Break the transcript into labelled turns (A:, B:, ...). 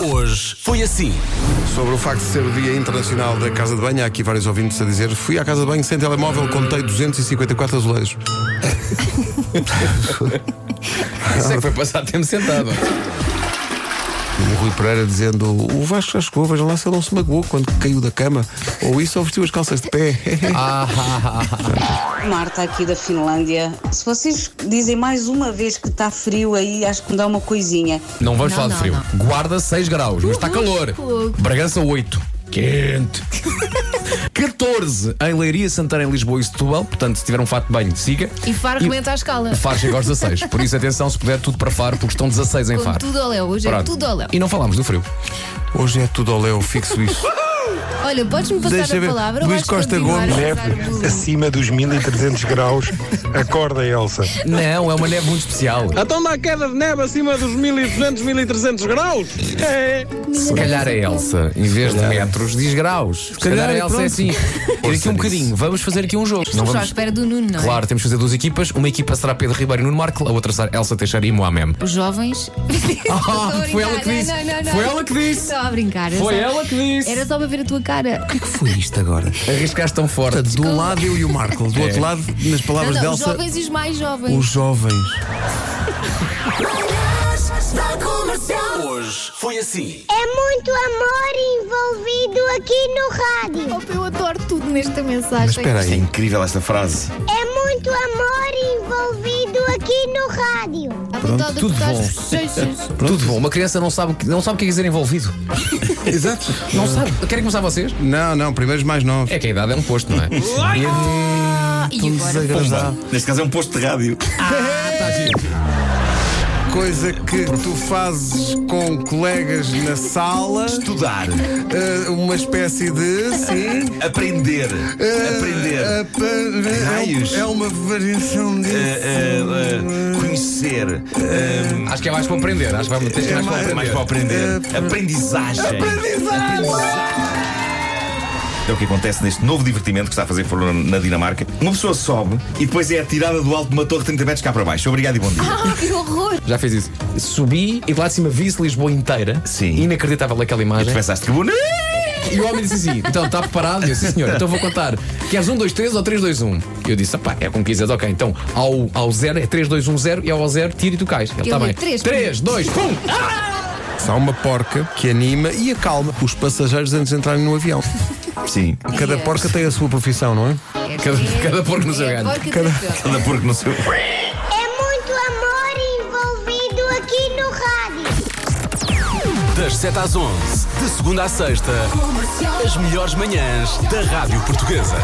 A: Hoje foi assim.
B: Sobre o facto de ser o Dia Internacional da Casa de Banho, há aqui vários ouvintes a dizer: fui à casa de banho sem telemóvel, contei 254 azulejos.
C: Isso é que foi passar tempo sentado.
B: O Um Rui Pereira dizendo: o Vasco já chegou, veja lá se ele não se magoou quando caiu da cama, ou isso, ou vestiu as calças de pé.
D: Marta, aqui da Finlândia. Se vocês dizem mais uma vez que está frio aí, acho que me dá uma coisinha.
C: Não vamos
E: Não,
C: falar de
E: não,
C: frio. Guarda 6 graus, mas está
E: Uhul,
C: calor.
E: fogo.
C: Bragança 8. Quente. 14 em Leiria, Santarém, Lisboa e Setúbal. Portanto, se tiver um fato de banho, siga.
E: E Faro comenta à escala.
C: Faro chega aos 16. Por isso, atenção, se puder, tudo para Faro, porque estão 16 em
E: Com
C: Faro.
E: tudo ao léu, hoje é
C: Pronto.
E: tudo ao léu.
C: E não falámos do frio.
B: Hoje é tudo ao Léo, fixo isso.
E: Olha, podes-me passar
B: Deixa
E: a
B: ver.
E: palavra? ou
B: Luís
E: vais
B: Costa
E: continuar a
B: Gomes.
E: usar o bullying?
F: Neve acima dos 1300 graus. Acorda, Elsa.
C: Não, é uma neve muito especial.
E: Ah,
G: Então dá queda de neve acima dos 1200, 1300 graus? É.
C: Se calhar a Elsa, em vez de metros, diz graus. Se calhar,
B: calhar,
C: a Elsa
B: pronto.
C: é assim. E aqui um bocadinho, vamos fazer aqui um jogo. Não
E: Estamos só à
C: vamos...
E: espera do Nuno, não é?
C: Claro, temos que fazer duas equipas. Uma equipa será Pedro Ribeiro e Nuno Marco, a outra será Elsa Teixeira e Moamem.
E: Os jovens.
C: Ah,
E: Estou a
C: foi
E: brincar.
C: ela que disse.
E: Não, não, não, não.
C: Foi ela que disse.
E: Estava a brincar. eu só-
C: que disse. Ah,
E: Era só para ver a tua cara.
B: O é que foi isto agora?
C: Arriscaste tão forte.
B: Portanto, de um É. lado eu e o Marco, do outro
C: É.
B: lado, nas
E: Não,
B: palavras
E: não, os
B: de Elsa,
E: jovens e os mais jovens.
B: os jovens.
A: Hoje foi assim.
H: É muito amor envolvido aqui no rádio.
E: Oh, eu adoro tudo nesta
B: Mas
E: mensagem.
B: espera aí.
I: Incrível esta frase.
H: É muito amor envolvido aqui no rádio.
E: Há vontade de
C: tudo
E: apertar
C: bom.
E: os bochechos.
C: Tudo bom, uma criança não sabe, o que- não sabe o que é dizer envolvido.
B: Exato.
C: Não sabe. Querem começar vocês?
B: Não, não, primeiros mais novos. Então
C: É que a idade é um posto, não é?
E: Ah, E agora?
B: Desagradável.
I: Neste caso é um posto de rádio.
B: Coisa que tu fazes com colegas na sala,
I: Estudar.
B: eh, uma espécie de. Sim.
I: Aprender.
B: eh,
I: Aprender.
B: eh, pa- eh,
I: Raios.
B: É uma variação disso.
I: Eh, eh, eh, conhecer. eh,
C: Acho que é mais para aprender. Acho que vai ter que É mais para
I: mais,
C: aprender.
I: mais para aprender. Aprendizagem. É o que acontece neste novo divertimento que está a fazer furor na Dinamarca. Uma pessoa sobe e depois é atirada do alto de uma torre de 30 metros cá para baixo. Obrigado e bom dia.
E: Ah, que horror.
C: Já fiz isso. Subi e de lá de cima vi-se Lisboa inteira.
I: Sim.
C: Inacreditável aquela
I: Tu
C: imagem.
I: pensaste que bonito.
C: E o homem disse assim: então está preparado? E Eu disse, "Sim, senhor, então vou contar. Queres 1, 2, 3 ou 3, 2, 1? Eu disse: pá, é como quiseres, ok. Então ao, ao 0 é 3, 2, 1, 0 e ao 0 tira e tu cais. Ele está
E: Ele é
C: bem. um.
E: três,
C: 3, 2, 1.
B: Há uma porca que anima e acalma os passageiros antes de entrarem no avião.
I: Sim.
B: Cada porca tem a sua profissão, não é?
E: É-
C: Cada-
E: é-
C: cada porco no
E: é
C: seu galho.
E: porca de papel.
I: Anda porco no seu.
H: É muito amor envolvido aqui no rádio.
A: Das 7 às 11, de segunda à sexta, as melhores manhãs da Rádio Portuguesa.